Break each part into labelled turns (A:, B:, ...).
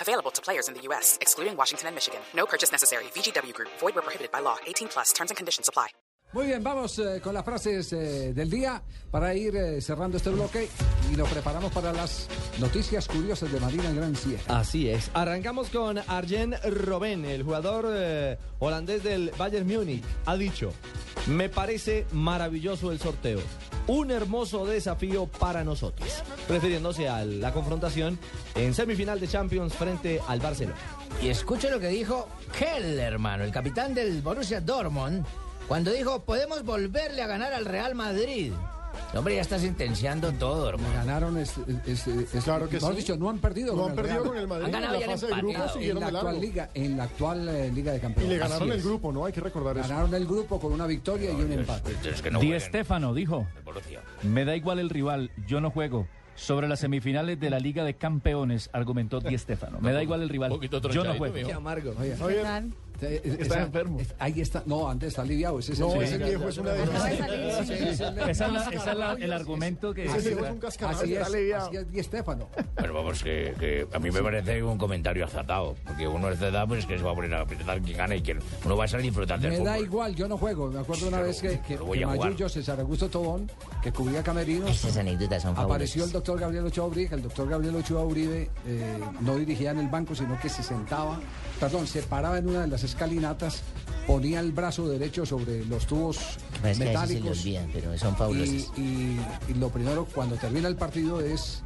A: Available to players in the U.S., excluding Washington and Michigan. No purchase necessary. VGW Group, void were prohibited by law. 18 plus terms and conditions apply.
B: Muy bien, vamos eh, con las frases eh, del día para ir eh, cerrando este bloque y nos preparamos para las noticias curiosas de Marina Gran Sierra.
C: Así es. Arrancamos con Arjen Robben, el jugador eh, holandés del Bayern Múnich. Ha dicho, me parece maravilloso el sorteo. Un hermoso desafío para nosotros. Refiriéndose a la confrontación en semifinal de Champions frente al Barcelona.
D: Y escuche lo que dijo Kell, hermano, el capitán del Borussia Dortmund, cuando dijo, podemos volverle a ganar al Real Madrid. No, Hombre, ya estás sentenciando todo, hermano.
B: Ganaron, es, es- es-
E: Claro que
B: mejor
E: sí.
B: dicho, no han perdido.
E: No
B: con
E: han
B: el
E: perdido
B: Real.
E: con el Madrid
D: Han ganado
E: en
D: y
E: la
D: han
E: fase de grupos
D: empateado.
E: y
B: En
E: dieron
B: la
E: de
B: actual
E: largo.
B: liga, en la actual eh, liga de
E: Y
B: campeones.
E: le
B: Así
E: ganaron el
B: es.
E: grupo, ¿no? Hay que recordar eso.
B: Ganaron el grupo con una victoria y un empate.
F: Di Stefano dijo, me da igual el rival, yo no juego. Sobre las semifinales de la Liga de Campeones, argumentó Di Stefano. Me da igual el rival, yo no juego.
C: Qué amargo.
E: Javier,
B: Eh, eh,
E: Está
B: esa-
E: enfermo.
B: es- Ahí está. No, antes está aliviado. Ese es el
E: no,
B: sí.
E: ese viejo es una demencia.
B: Ese es el-
F: Esa es, la- esa es la- el argumento que...
E: Ese viejo es un cascarrabias,
B: Así es,
E: está aliviado.
B: así es Di Estefano.
G: Pero vamos, que, que a mí me parece un comentario acertado. Porque uno es de edad, pues que se va a poner a apretar quién gana y quién. Uno va a salir disfrutar del
B: Me
G: fútbol.
B: da igual, yo no juego. Me acuerdo una
G: Pero,
B: vez que, que,
G: pero voy
B: que
G: a jugar.
B: Mayullo, César Augusto Tobón, que cubría camerinos,
D: Esas anécdotas son
B: apareció el
D: fabulosas.
B: doctor Gabriel Ochoa Uribe. El doctor Gabriel Ochoa Uribe eh, no dirigía en el banco, sino que se sentaba, perdón, se paraba en una de las escalinatas, ponía el brazo derecho sobre los tubos
D: Pero es que a veces se le
B: metálicos.
D: olvidan, pero son
B: y,
D: fabulosas.
B: y- y lo primero, cuando termina el partido, es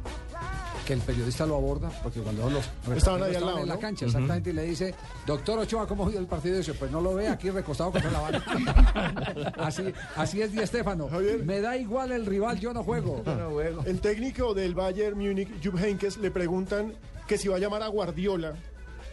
B: que el periodista lo aborda, porque cuando los reporteros
E: Estaban ahí al lado,
B: en la
E: ¿no?
B: cancha, exactamente, y le dice, doctor Ochoa, ¿cómo vio el partido? Y dice, pues no lo ve aquí recostado contra la bala. así, así es Di Estefano.
E: Javier.
B: Me da igual el rival, yo no juego.
E: El técnico del Bayern Múnich, Jupp Heynckes, le preguntan que si va a llamar a Guardiola,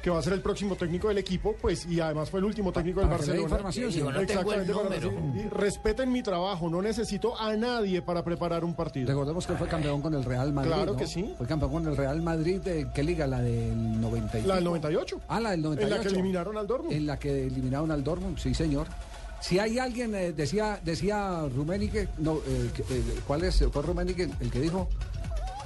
E: que va a ser el próximo técnico del equipo, pues, y además fue el último técnico del
B: para que le dé
E: Barcelona.
B: información, sí. Digo,
D: no tengo el
E: Exactamente, para
D: número.
E: decir, y respeten mi trabajo, no necesito a nadie para preparar un partido.
B: Recordemos que fue campeón con el Real Madrid.
E: Claro
B: ¿no?
E: que sí.
B: Fue campeón con el Real Madrid. ¿De qué liga? ¿La del 98?
E: La del 98.
B: Ah, la del 98.
E: En la que eliminaron al Dortmund.
B: En la que eliminaron al Dortmund, sí, señor. Si hay alguien, eh, decía, decía Rummenigge, no, eh, que- eh, ¿cuál es? ¿Fue Rummenigge el que dijo?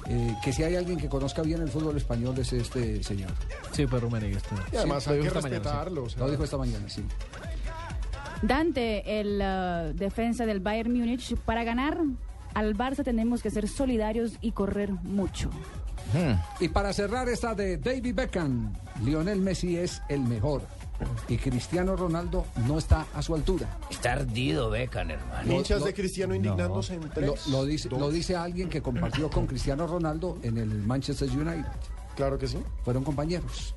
B: eh, que si hay alguien que conozca bien el fútbol español es este señor.
C: Sí, fue Rummenigge esto.
E: Y además
C: Sí,
E: hay
C: lo
E: que
C: dijo esta mañana, sí.
E: respetarlo. o sea,
B: Lo dijo esta mañana, sí.
H: Dante, el eh, defensa del Bayern Múnich, para ganar al Barça tenemos que ser solidarios y correr mucho.
B: Y para cerrar esta de David Beckham, Lionel Messi es el mejor y Cristiano Ronaldo no está a su altura.
G: Está ardido Beckham, hermano.
E: hinchas
B: lo-
E: de Cristiano indignándose en
B: Lo,
E: tres.
B: lo dice,
E: dos.
B: lo dice alguien que compartió con Cristiano Ronaldo en el Manchester United.
E: Claro que sí.
B: Fueron compañeros.